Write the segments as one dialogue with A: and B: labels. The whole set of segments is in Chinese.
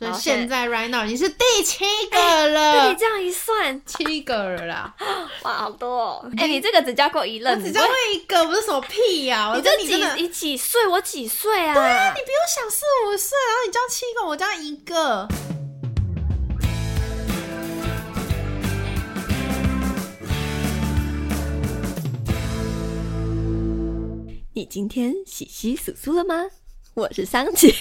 A: 就
B: 好
A: 是
B: 现
A: 现在 right now 已经是第七个
B: 对
A: 了，
B: 你这样一算，
A: 七个了啦，
B: 哇，好多哦！哎、你这个只教过一
A: 我
B: 任，
A: 只
B: 你
A: 教会一个，不是什么屁呀、我
B: 你
A: 觉得
B: 这
A: 你真的
B: 几你几岁？我几岁啊？
A: 你比我小四五岁，然后你教七个，我教一个。
B: 你今天洗洗簌簌了吗？我是桑姐，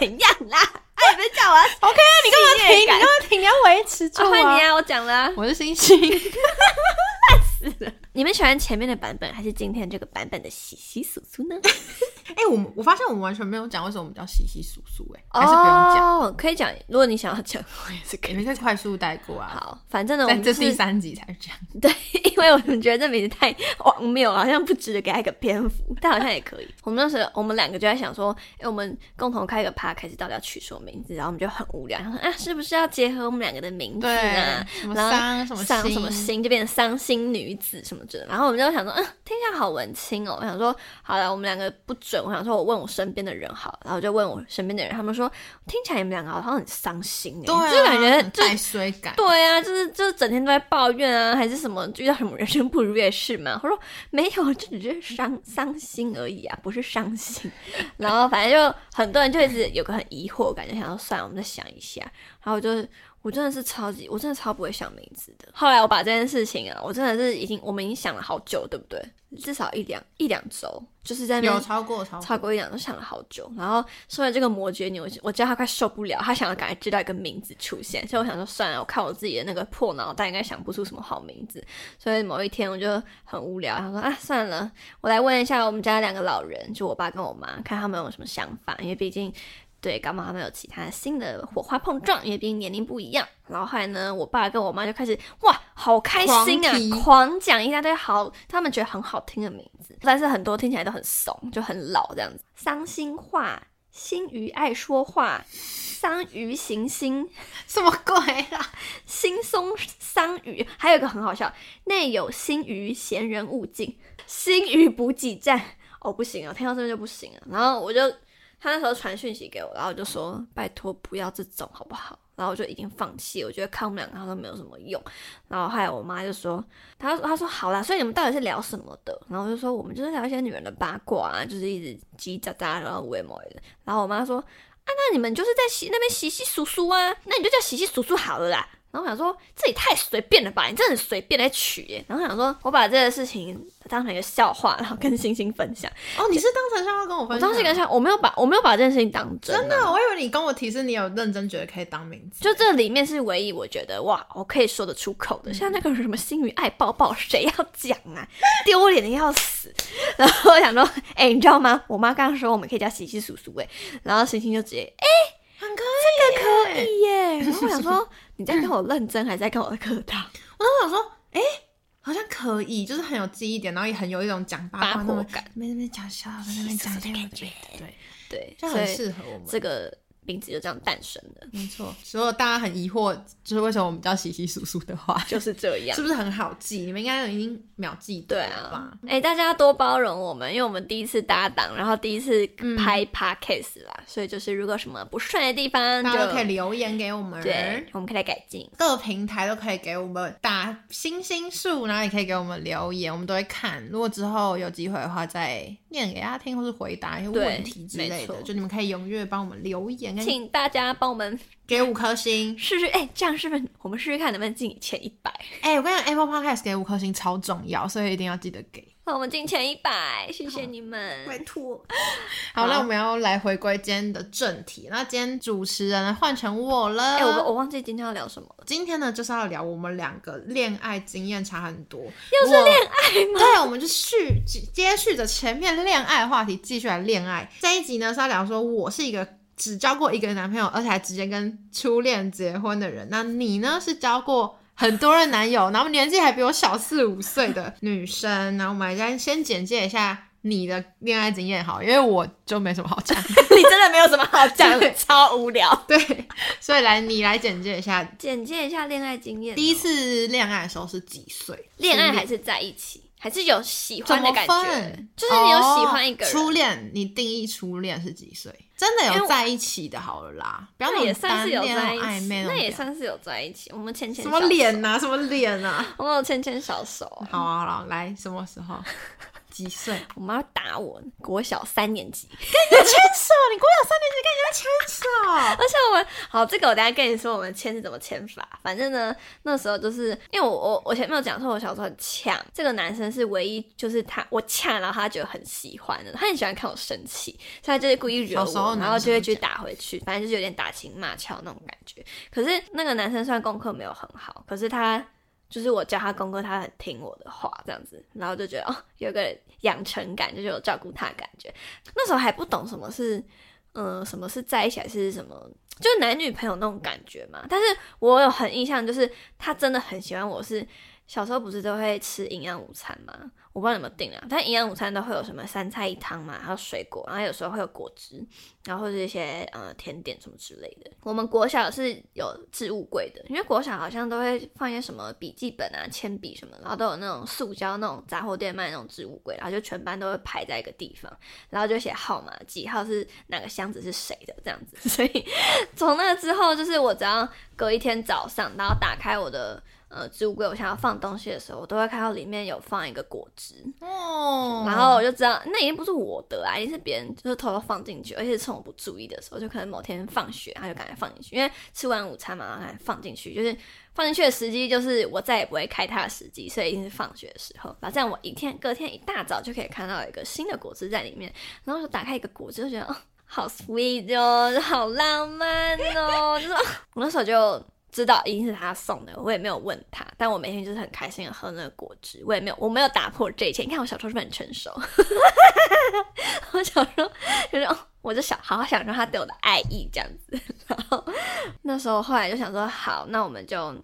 B: 怎样啦？哎，别叫我啊
A: OK 啊，你干嘛停？
B: 信
A: 你
B: 念感
A: 干嘛停？你要维持住
B: 啊，换你
A: 啊！
B: 啊！我讲了啊、
A: 我是星星，
B: 你们喜欢前面的版本还是今天这个版本的洗洗簌簌呢？
A: 哎、我们我发现我们完全没有讲为什么我们叫洗洗簌簌，哎，还是不用讲，
B: 哦，可以讲。如果你想要讲，我也是可
A: 你
B: 以。
A: 们可以快速带过啊。
B: 好，反正呢，我
A: 在
B: 们就
A: 这第
B: 是
A: 三集才这样。
B: 对，因为我们觉得这名字太荒谬，好像不值得给他一个篇幅，但好像也可以。我们那时候我们两个就在想说，哎、我们共同开一个 p a r k 到底要取什么名字？然后我们就很无聊，想说啊，是不是要结合我们两个的名字啊？
A: 什么
B: 然后
A: 伤什么
B: 伤
A: 心
B: 什么心就变成伤心女子什么之类的，然后我们就想说，嗯，听起来好文青哦。我想说，好了，我们两个不准。我想说，我问我身边的人好了，然后我就问我身边的人，他们说，听起来你们两个好像很伤心哎，
A: 对、啊，
B: 就感觉就
A: 带衰感。
B: 对啊，就是就是整天都在抱怨啊，还是什么遇到什么人生不如意的事嘛？ 他说没有，啊就只是伤伤心而已啊，不是伤心。然后反正就很多人就一直有个很疑惑的感觉，想要算了，我们再想一下。然后我就我真的是超级，我真的超不会想名字的。 后来我把这件事情啊，我真的是已经我们已经想了好久，对不对？至少一两一两周，就是在那边
A: 有超过超过，
B: 啊超过一两周想了好久，然后说了这个摩羯女，我我知道她快受不了，她想要赶快知道一个名字出现，所以我想说算了，我看我自己的那个破脑袋应该想不出什么好名字，所以某一天我就很无聊，想说啊算了，我来问一下我们家两个老人，就我爸跟我妈，看他们有什么想法，因为毕竟。对，搞不好他们有其他新的火花碰撞，因为毕竟年龄不一样。然后后来呢，我爸跟我妈就开始哇，好开心啊
A: 狂，提
B: 狂讲一大堆好，他们觉得很好听的名字，但是很多听起来都很怂，就很老这样子。伤心话，心鱼爱说话，桑榆行星，
A: 什么鬼啊啦？
B: 心松桑榆，还有一个很好笑，内有心鱼，闲人勿近，心鱼补给站。哦，不行啊，听到这边就不行了。然后我就他那时候传讯息给我，然后我就说拜托不要这种好不好？然后我就已经放弃，我觉得看我们两个好像没有什么用。然后后来我妈就说，她她说好啦，所以你们到底是聊什么的？然后我就说我们就是聊一些女人的八卦啊，就是一直叽叽喳喳，然后无为某的。然后我妈说啊，那你们就是在洗那边洗洗簌簌啊，那你就叫洗洗啊簌簌好了啦。然后我想说，这也太随便了吧！你真的很随便来取耶。然后想说，我把这个事情当成一个笑话，然后跟星星分享。
A: 哦，你是当成笑话跟我分
B: 我
A: 享？
B: 当时感觉我没有把我没有把这件事情当真、啊，
A: 真的，哦我以为你跟我提示你有认真觉得可以当名字。
B: 就这里面是唯一我觉得哇，我可以说得出口
A: 嗯
B: 的，像那个什么星宇爱抱抱，谁要讲啊，丢脸的要死。然后我想说，哎、你知道吗？我妈刚刚说我们可以叫洗洗叔叔哎，然后星星就直接
A: 很可以，这个
B: 哎。耶，然后我想说你在跟我认真还是在跟我客套？
A: 我当时想说，哎、好像可以，就是很有记忆点，然后也很有一种讲八
B: 八
A: 卦
B: 卦
A: 那种
B: 感，
A: 没那边讲笑，在那边讲这个觉，对，
B: 对，
A: 就
B: 所
A: 很
B: 以
A: 适合我们。欸
B: 这个名字就这样诞生的，
A: 没错，所有大家很疑惑，就是为什么我们叫洗洗簌簌的话，
B: 就是这样
A: 是。不是很好记？你们应该已经秒记得
B: 对
A: 了
B: 啊
A: 吧？，
B: 哎、大家多包容我们，因为我们第一次搭档，然后第一次
A: 嗯
B: 拍 podcast 啦，所以就是如果有什么不顺的地方就
A: 大家都可以留言给我们，
B: 对，我们可以来改进。
A: 各平台都可以给我们打星星数，然后也可以给我们留言，我们都会看。如果之后有机会的话，再念给大家听，或是回答一些
B: 对
A: 问题之类
B: 没错
A: 的。就你们可以踊跃帮我们留言，跟
B: 请大家帮我们
A: 给五颗星。
B: 试试，哎、这样是不是我们试试看能不能进前一百？
A: 哎、我跟你讲，Apple Podcast 给五颗星超重要，所以一定要记得给。
B: 那我们进前一百，谢谢你们。
A: 托。 好，
B: 好
A: 那我们要来回归今天的正题。那今天主持人换成我了。
B: 哎、我我忘记今天要聊什么了，
A: 今天呢，就是要聊我们两个恋爱经验差很多，
B: 又是
A: 我
B: 恋爱吗？
A: 对，我们就续接接续着前面恋爱的话题，继续来恋爱。这一集呢是要聊说，我是一个只交过一个男朋友，而且还直接跟初恋结婚的人。那你呢是交过很多任男友，然后年纪还比我小四五岁的女生。然后我们来先简介一下你的恋爱经验好，因为我就没什么好 讲。
B: 你真的没有什么好讲的，
A: 对
B: 超无聊。
A: 对，所以来你来简介一下，
B: 简介一下恋爱经验哦，
A: 第一次恋爱的时候是几岁？
B: 恋爱还
A: 是
B: 是在一起，还是有喜
A: 怎
B: 欢的
A: 么
B: 感觉
A: 分？，
B: 就是你有喜欢一个
A: 哦
B: 人，
A: 初恋，你定义初恋是几岁？真的
B: 因为
A: 有
B: 我
A: 在一起的，好了啦，不要
B: 那
A: 那
B: 也
A: 种
B: 算
A: 单
B: 是有
A: 恋
B: 在
A: 那
B: 一
A: 种暧
B: 起，
A: 昧
B: 那
A: 种
B: 也
A: 表
B: 算是有在一起。我们牵牵
A: 什么
B: 小手
A: 脸呐、啊，什么脸呐、 啊？
B: 我们有牵牵小手啊。
A: 好啊，好啊，来，什么时候？ 几岁？牵
B: 我妈要打我，国小三年级。
A: 手？你国小三年级跟人家牵手？
B: 而且我们好，这个我等一下跟你说我们签是怎么签法。反正呢，那时候就是因为我我我前面有讲说，我小时候很呛，这个男生是唯一就是他我呛，然后他觉得很喜欢的，他很喜欢看我生气，所以他就是故意惹
A: 小时候
B: 我，
A: 男
B: 然后就会
A: 生
B: 去
A: 这
B: 打回去，反正就是有点打情骂俏那种感觉。可是那个男生虽然功课没有很好，可是他。就是我教他功课，他很听我的话，这样子，然后就觉得哦，有个养成感，就是有照顾他的感觉。那时候还不懂什么是，嗯、什么是在一起还是什么，就男女朋友那种感觉嘛。但是我有很印象，就是他真的很喜欢我是。小时候不是都会吃营养午餐吗？我不知道你们订啊，但营养午餐都会有什么三菜一汤嘛，还有水果，然后有时候会有果汁，然后或是一些呃甜点什么之类的。我们国小是有置物柜的，因为国小好像都会放一些什么笔记本啊、铅笔什么，然后都有那种塑胶那种杂货店卖的那种置物柜，然后就全班都会排在一个地方，然后就写号码，几号是哪个箱子是谁的这样子。 所以从那之后，就是我只要隔一天早上，然后打开我的。呃，置物柜，我想要放东西的时候，我都会看到里面有放一个果汁，
A: 哦，
B: 然后我就知道那已经不是我的啊，已经是别人就是偷偷放进去，而且是趁我不注意的时候，就可能某天放学他就赶快放进去，因为吃完午餐嘛，然后赶快放进去，就是放进去的时机就是我再也不会开它的时机，所以一定是放学的时候。然后这样我一天隔天一大早就可以看到有一个新的果汁在里面，然后就打开一个果汁就觉得哦，好 sweet 哦，好浪漫哦，就是我那时候就知道一定是他送的，我也没有问他，但我每天就是很开心的喝那个果汁，我也没有我没有打破这一切。你看我小时候是不是很成熟？我小时候就是哦，我就想好好享受他对我的爱意这样子。然后那时候后来就想说，好，那我们就应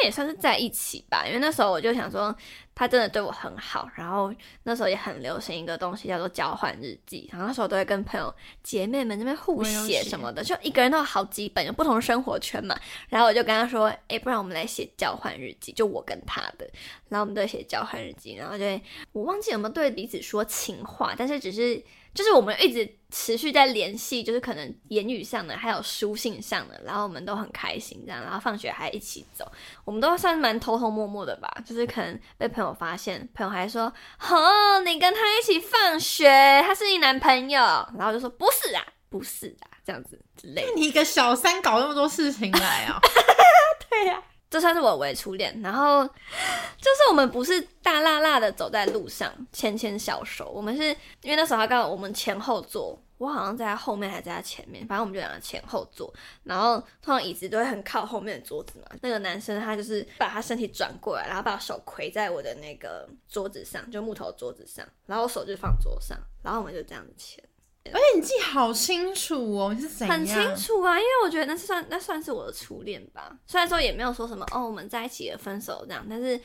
B: 该也算是在一起吧，因为那时候我就想说。他真的对我很好，然后那时候也很流行一个东西叫做交换日记，然后那时候都会跟朋友姐妹们那边互
A: 我有
B: 写
A: 写
B: 什么的，就一个人都有好几本，有不同的生活圈嘛。然后我就跟他说，哎、不然我们来写交换日记，就我跟他的。然后我们都写交换日记，然后就会我忘记有没有对彼此说情话，但是只是就是我们一直持续在联系，就是可能言语上的，还有书信上的，然后我们都很开心这样，然后放学还一起走，我们都算蛮偷偷摸摸的吧，就是可能被朋友发现，朋友还说哦，你跟他一起放学，他是你男朋友，然后我就说不是啊，不是啊，这样子之类的。
A: 你一个小三搞那么多事情来 啊、
B: 对呀、这算是我为初恋。然后就是我们不是大辣辣的走在路上牵牵小手，我们是因为那时候他刚好我们前后座，我好像在他后面还是在他前面，反正我们就两个前后座。然后通常椅子都会很靠后面的桌子嘛，那个男生他就是把他身体转过来，然后把手魁在我的那个桌子上，就木头桌子上，然后我手就放桌上，然后我们就这样子牵。
A: 而且你记好清楚哦，你是怎样？
B: 很清楚啊，因为我觉得那是算那算是我的初恋吧。虽然说也没有说什么哦，我们在一起也分手这样，但是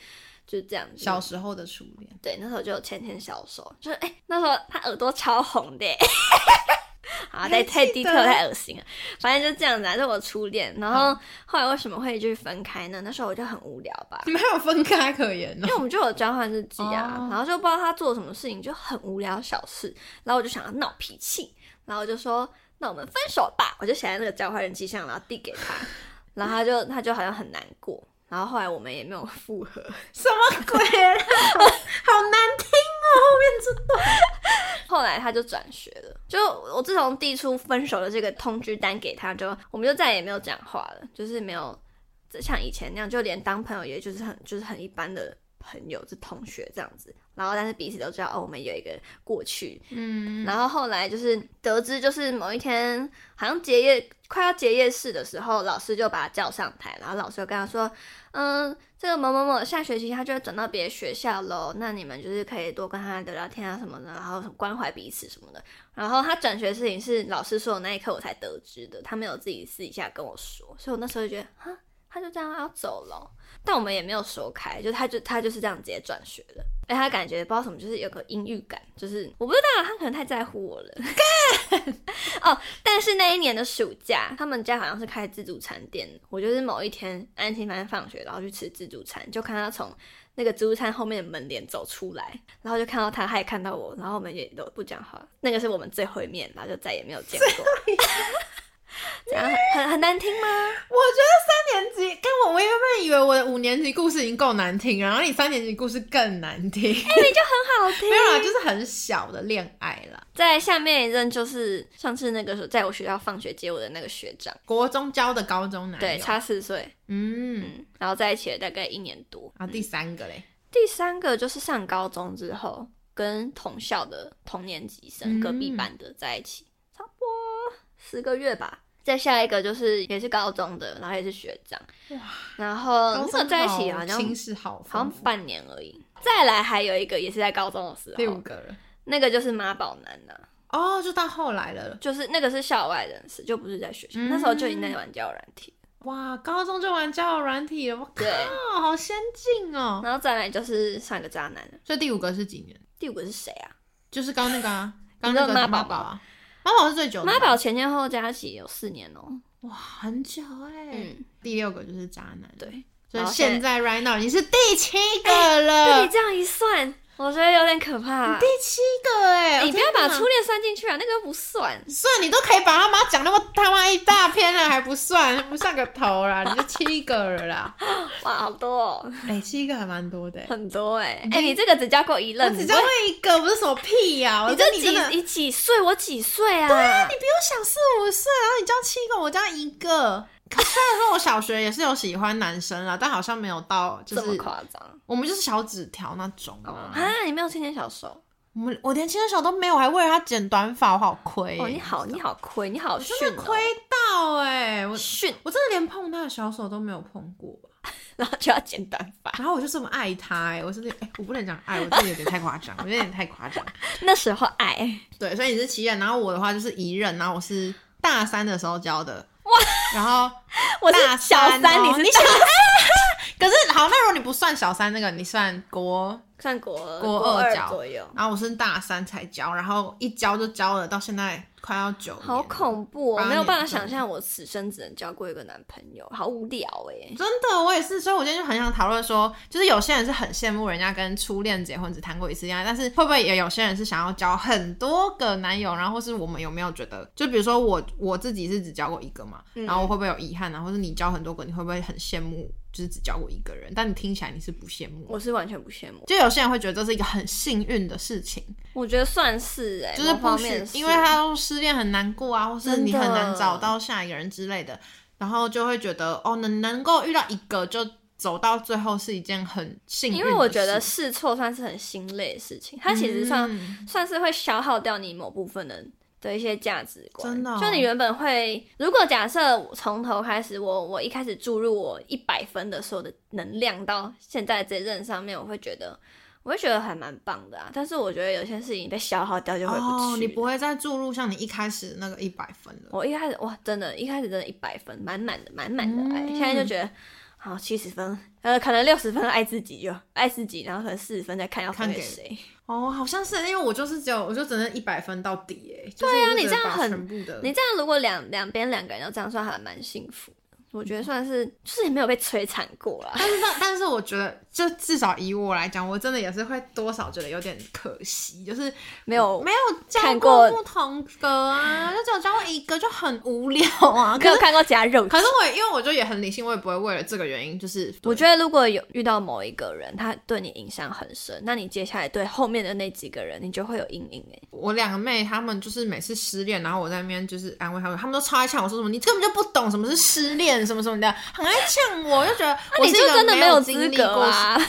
B: 就是这样子。
A: 小时候的初恋，啊
B: 对，那时候就有牵牵小手，就是哎、那时候他耳朵超红的 耶。啊，太太
A: 还
B: 低
A: 记
B: 调
A: 得
B: 太恶心了，反正就这样子、啊，这是我初恋。然后
A: 好
B: 后来为什么会就是分开呢？那时候我就很无聊吧，
A: 你们还有分开可言哦
B: 因。为我们就有交换日记啊，
A: 哦
B: 然后就不知道他做了什么事情，就很无聊小事，然后我就想要闹脾气，然后我就说那我们分手吧，我就写在那个交换日记上，然后递给他，然后他就他就好像很难过，然后后来我们也没有复合，
A: 什么鬼啊？好难听哦！后面这
B: 后来他就转学了，就我自从递出分手的这个通知单给他之后，我们就再也没有讲话了，就是没有像以前那样，就连当朋友也就是很就是很一般的朋友，是同学这样子。然后但是彼此都知道哦，我们有一个过去，
A: 嗯，
B: 然后后来就是得知，就是某一天好像结业快要结业式的时候，老师就把他叫上台，然后老师就跟他说，嗯，这个某某某下学期他就会转到别的学校喽，那你们就是可以多跟他聊聊天啊什么的，然后关怀彼此什么的。然后他转学的事情是老师说的那一刻我才得知的，他没有自己私底下跟我说，所以我那时候就觉得啊，他就这样要走了，但我们也没有说开，就他就他就是这样直接转学了。哎，他感觉不知道什么，就是有个阴郁感，就是我不知道，他可能太在乎我了。 哦，但是那一年的暑假，他们家好像是开自助餐店，我就是某一天安心班放学，然后去吃自助餐，就看他从那个自助餐后面的门帘走出来，然后就看到他，他也看到我，然后我们也都不讲话。那个是我们最后一面，然后就再也没有见过。这样很很很难听吗？
A: 我觉得三年级跟我，我原本以为我的五年级故事已经够难听了，然后你三年级故事更难听。
B: 哎、你就很好 听。
A: 没有啦，就是很小的恋爱啦。
B: 在下面一任就是上次那个时候在我学校放学接我的那个学长，
A: 国中交的高中男友，
B: 对，差四岁，
A: 嗯，
B: 嗯，然后在一起了大概一年多。
A: 然后第三个嘞，
B: 第三个就是上高中之后跟同校的同年级
A: 嗯
B: 生、隔壁班的在一起，差不多十个月吧。再下一个就是也是高中的，然后也是学长，
A: 哇
B: 然后
A: 高
B: 嗯
A: 中
B: 那个在一起好像
A: 亲事好
B: 好像
A: 丰富，
B: 半年而已。再来还有一个也是在高中的时
A: 第五
B: 候，
A: 个了。
B: 那个就是妈宝男呐、
A: 哦，就到后来了，
B: 就是那个是校外人士，就不是在学校，
A: 嗯
B: 那时候就已经在玩交友软体。
A: 哇，高中就玩交友软体了，我
B: 对，
A: 靠，好先进哦。
B: 然后再来就是上一个渣男了，
A: 所以第五个是几年？
B: 第五个是谁啊？
A: 就是刚那个 啊，刚
B: 你
A: 那
B: 说
A: 个
B: 妈
A: 妈
B: 宝
A: 宝啊，妈宝是最久的吧，
B: 妈宝前前后后加起有四年哦、
A: 哇，很久哎。
B: 嗯，
A: 第六个就是渣男，
B: 对。
A: 所以
B: 好
A: 现
B: 现哎
A: 在 right now 你是第七个了，
B: 被嗯你这样一算，我觉得有点可怕。
A: 第七个哎、
B: 你不要把初
A: 恋
B: 恋算进去啊，那个又不算。
A: 算你都可以把他妈讲那么他妈一大篇了，还不算，不算个头啦，你就七个了 啦，
B: 哇，好多、哦，
A: 哎、七个还蛮多的、欸。
B: 很多哎、 哎、你这个只交过一
A: 我
B: 任，
A: 只教会一个，不是什么屁呀、我
B: 你
A: 觉得
B: 这
A: 你
B: 几
A: 真的，你
B: 你几岁？我几岁啊？对啊，
A: 比我小四五岁，然后你教七个，我教一个。可虽然说我小学也是有喜欢男生啦，但好像没有到就
B: 这么
A: 是
B: 夸张
A: 我们就是小纸条那种啊。
B: 啊？你没有牵牵小手？
A: 我们我连牵手都没有，我还为了他剪短发，我好亏、欸。
B: 哦，你好，你好亏，你好
A: 真
B: 逊、
A: 的
B: 哦，
A: 亏到哎、我
B: 逊，
A: 我真的连碰他的小手都没有碰过，
B: 然后就要剪短发。
A: 然后我就这么爱他哎、我真的哎、我不能讲爱，我真的有点太夸 张，我有点太夸张。
B: 那时候矮，
A: 对，所以你是七任，然后我的话就是一任，然后我是大三的时候教的哇，然后
B: 我是
A: 大
B: 小
A: 三
B: 三，
A: 哦
B: 哦你
A: 你
B: 是小
A: 可是好，那如果你不算小三那个，你算国，
B: 算国二
A: 国
B: 国
A: 二
B: 二
A: 角
B: 左右，
A: 然后我是大三才教，然后一教就教了，到现在快要九年了，
B: 好恐怖、哦，
A: 八
B: 我没有办法
A: 年
B: 想
A: 中
B: 象我此生只能交过一个男朋友，好无聊哎、
A: 真的，我也是，所以我今天就很想讨论说，就是有些人是很羡慕人家跟初恋结婚只谈过一次恋爱，但是会不会也有些人是想要交很多个男友，然后或是我们有没有觉得，就比如说我我自己是只交过一个嘛，然后我会不会有遗憾啊，或是你交很多个，你会不会很羡慕，就是只交过一个人？但你听起来你是不羡慕。
B: 我是完全不羡慕，
A: 就有些人会觉得这是一个很幸运的事情，
B: 我觉得算是哎、
A: 就是
B: 某
A: 不
B: 方
A: 许
B: 面，
A: 因为他都失恋很难过啊，或是你
B: 真
A: 很
B: 的
A: 难找到下一个人之类的，然后就会觉得哦，能能够遇到一个就走到最后是一件很幸运的
B: 因
A: 事，
B: 为我觉得试错算是很心累的事情，它其实算、
A: 嗯
B: 算是会消耗掉你某部分的。的一些价值观，
A: 真的哦
B: 就你原本会，如果假设我从头开始，我我一开始注入我一百分的所有的能量到现在这任上面，我会觉得，我会觉得还蛮棒的啊。但是我觉得有些事情被消耗掉就回不去了、
A: 哦，你不会再注入像你一开始那个一百分了。
B: 我一开始哇，真的，一开始真的一百分，满满的，满满的爱。
A: 嗯
B: 现在就觉得，好七十分，呃，可能六十分爱自己就爱自己，然后可能四十分再看要分给
A: 看给
B: 谁。
A: 哦，好像是，因为我就是只有，我就只能一百分到底哎、就是
B: 对啊
A: 我就
B: 你
A: 只
B: 这样
A: 能把
B: 很
A: 全部的，
B: 你这样如果两两边两个人都这样算，还蛮幸福的。我
A: 嗯
B: 觉得算是，就是也没有被摧残过啦。
A: 但是但但是我觉得，就至少以我来讲，我真的也是会多少觉得有点可惜，就是
B: 没有
A: 没有教
B: 看过
A: 不同个啊，就只有教过一个就很无聊啊。
B: 没
A: 可
B: 有
A: 是
B: 看过其他肉
A: 可是我因为我就也很理性，我也不会为了这个原因就是
B: 我觉得如果有遇到某一个人，他对你影响很深，那你接下来对后面的那几个人，你就会有阴影哎、
A: 我两个妹她们就是每次失恋，然后我在那边就是安慰她们，她们都超爱呛我说什么你根本就不懂什么是失恋什么什么的，很爱呛我，我就觉得
B: 那
A: 我
B: 你
A: 是
B: 就
A: 一个
B: 真的
A: 没有
B: 资
A: 经历
B: 格
A: 过失。
B: 啊！
A: 我小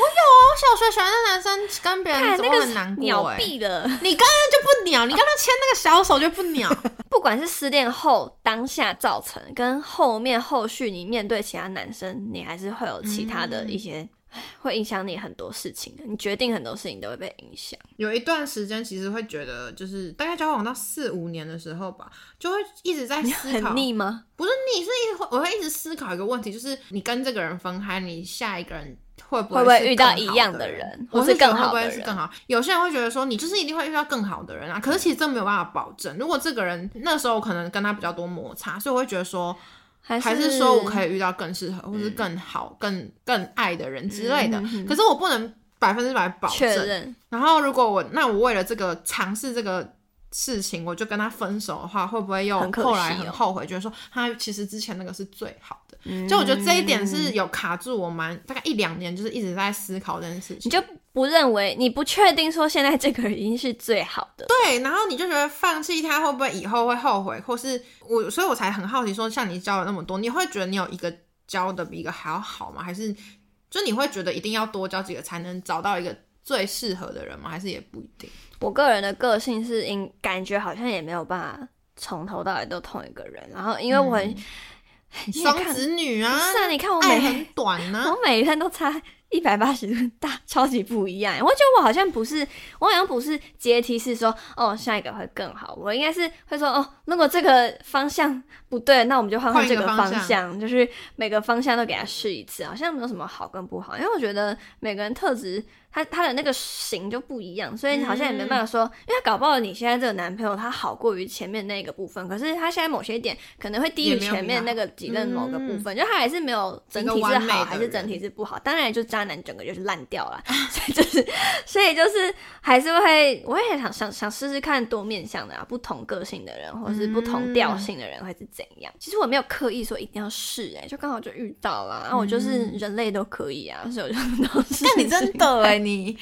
A: 学喜欢的男生跟别人
B: 看
A: 怎
B: 那
A: 么很难
B: 个
A: 过、
B: 鸟
A: 欸？
B: 毙了。
A: 你刚刚就不鸟，你刚刚牵那个小手就不鸟，
B: 不管是失恋后当下造成，跟后面后续你面对其他男生，你还是会有其他的一
A: 嗯
B: 些，唉会影响你很多事情的。你决定很多事情都会被影响。
A: 有一段时间，其实会觉得，就是大概交往到四五年的时候吧，就会一直在思考
B: 很，腻吗？
A: 不是你是一直会，我会一直思考一个问题，就是你跟这个人分开，你下一个人会不
B: 会不会
A: 是
B: 遇到
A: 更好
B: 一样
A: 的
B: 的人
A: 我
B: 或是
A: 觉得
B: 更
A: 会
B: 好
A: 不会
B: 的
A: 是
B: 人
A: 更好？有些人会觉得说，你就是一定会遇到更好的人啊，可是其实这没有办法保证。如果这个人那时候可能跟他比较多摩擦，所以我会觉得说，
B: 还
A: 还
B: 是
A: 是说我可以遇到更适合，或是更好、更更爱的人之类的。
B: 嗯嗯嗯
A: 可是我不能百分之百保
B: 确
A: 证。
B: 认？
A: 然后如果我那我为了这个尝试这个事情，我就跟他分手的话，会不会又
B: 很可惜哦
A: 后来很后悔，觉得说他其实之前那个是最好的？
B: 嗯
A: 就我觉得这一点是有卡住我蛮大概一两年，就是一直在思考这件事
B: 你
A: 情。
B: 就不认为你不确定说现在这个人已经是最好的，
A: 对，然后你就觉得放弃他会不会以后会后悔，或是我，所以我才很好奇说，像你教了那么多，你会觉得你有一个教的比一个还要好吗？还是就你会觉得一定要多教几个才能找到一个最适合的人吗？还是也不一定？
B: 我个人的个性是因感觉好像也没有办法从头到尾都同一个人，然后因为我很、你
A: 嗯
B: 也
A: 双
B: 看
A: 子女
B: 不
A: 啊，
B: 是啊，你看我
A: 爱
B: 每
A: 很短呢、
B: 我每一天都差一百八十度大，超级不一样。我觉得我好像不是，我好像不是阶梯式说哦下一个会更好，我应该是会说哦，如果这个方向不对，那我们就换
A: 换一
B: 这
A: 个
B: 个
A: 方
B: 方
A: 向
B: 就是每个方向都给他试一次，好像没有什么好跟不好，因为我觉得每个人特质。他他的那个型就不一样，所以好像也没办法
A: 嗯
B: 说，因为他搞不好你现在这个男朋友他好过于前面那个部分，可是他现在某些点可能会低
A: 也
B: 于
A: 没有
B: 前
A: 比
B: 面
A: 他
B: 那个几任某个部
A: 嗯
B: 分，就他还是没有整
A: 一个
B: 体是
A: 完美
B: 好
A: 的
B: 还是整
A: 人
B: 体是不好，当然就渣男整个就是烂掉了， 所以就是所以就是还是会，我也想想想试试看多面向的啊，不同个性的人或是不同
A: 嗯
B: 调性的人会是怎样。其实我没有刻意说一定要试、欸，就刚好就遇到了，然、后我就是人类都可以啊，所以我就 都
A: 嗯
B: 试。
A: 那你真的
B: 欸
A: 哎、你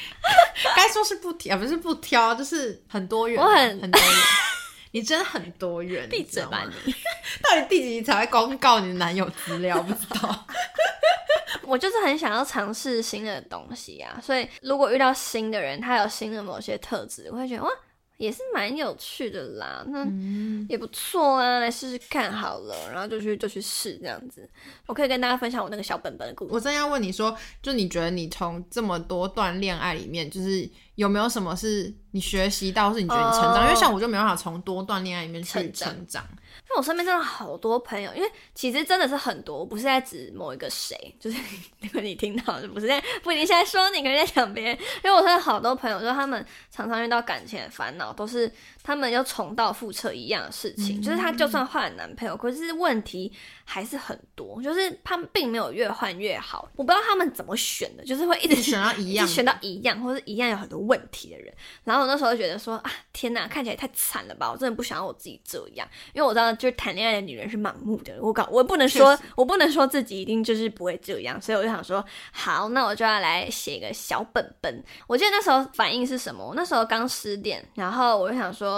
A: 该说是不挑，啊不是不挑，就是很多元啊，
B: 我很
A: 很多元。你真的很多元，
B: 闭
A: 你知
B: 嘴
A: 道
B: 吧
A: 吗？
B: 你！
A: 到底第几集才会公告你的男友资料？不知 道。
B: 我就是很想要尝试新的东西啊，所以如果遇到新的人，他有新的某些特质，我会觉得哇，也是蛮有趣的啦。那、
A: 嗯，
B: 也不错啊，来试试看好了，然后就去就去试这样子。我可以跟大家分享我那个小本本的故事。
A: 我真要问你说，就你觉得你从这么多段恋爱里面，就是有没有什么是你学习到，或是你觉得你成长
B: 哦
A: 因为像我就没办法从多段恋爱里面去
B: 成
A: 成
B: 长
A: 长。
B: 因为我身边真的好多朋友，因为其实真的是很多，我不是在指某一个谁，就是 如果你听到，就不是在不一定是在说你，可能在讲别人。因为我真的好多朋友，就是他们常常遇到感情的烦恼，都是他们又重蹈覆辙一样的事情，
A: 嗯
B: 就是她就算换了男朋友，可是问题还是很多，就是他们并没有越换越好。我不知道他们怎么选的，就是会一直
A: 你选到一样 的
B: 一直选到一样，或者一样有很多问题的人。然后我那时候就觉得说啊，天哪，看起来太惨了吧！我真的不想要我自己这样，因为我知道，就是谈恋爱的女人是盲目的。我搞，我不能说
A: 确，
B: 我不能说自己一定就是不会这样，所以我就想说，好，那我就要来写一个小本本。我记得那时候反应是什么？我那时候刚失恋，然后我就想说。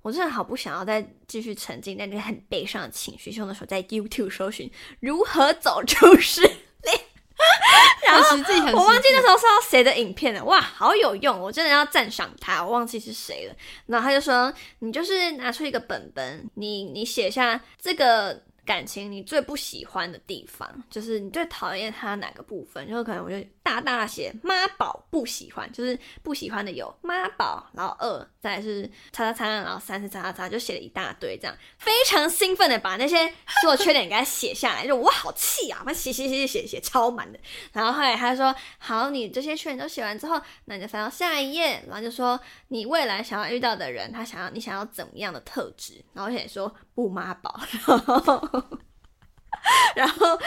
B: 我真的好不想要再继续沉浸在那个很悲伤的情绪，所以我那时候在 YouTube 搜寻如何走出失
A: 很实际，很
B: 我忘记
A: 实
B: 那时候是要谁的影片了，哇，好有用！我真的要赞赏他，我忘记是谁了。然后他就说，你就是拿出一个本本，你你写下这个感情你最不喜欢的地方，就是你最讨厌他哪个部分，就是可能我就大大写妈宝不喜欢，就是不喜欢的有妈宝，然后二再来是叉叉叉，然后三是叉叉叉，就写了一大堆这样。非常兴奋的把那些所有缺点给他写下来，就我好气啊，把它写写写写写写超满的。然后后来他就说，好，你这些缺点都写完之后，那你就翻到下一页，然后就说你未来想要遇到的人，他想要你想要怎么样的特质，然后写说不妈宝，然后然后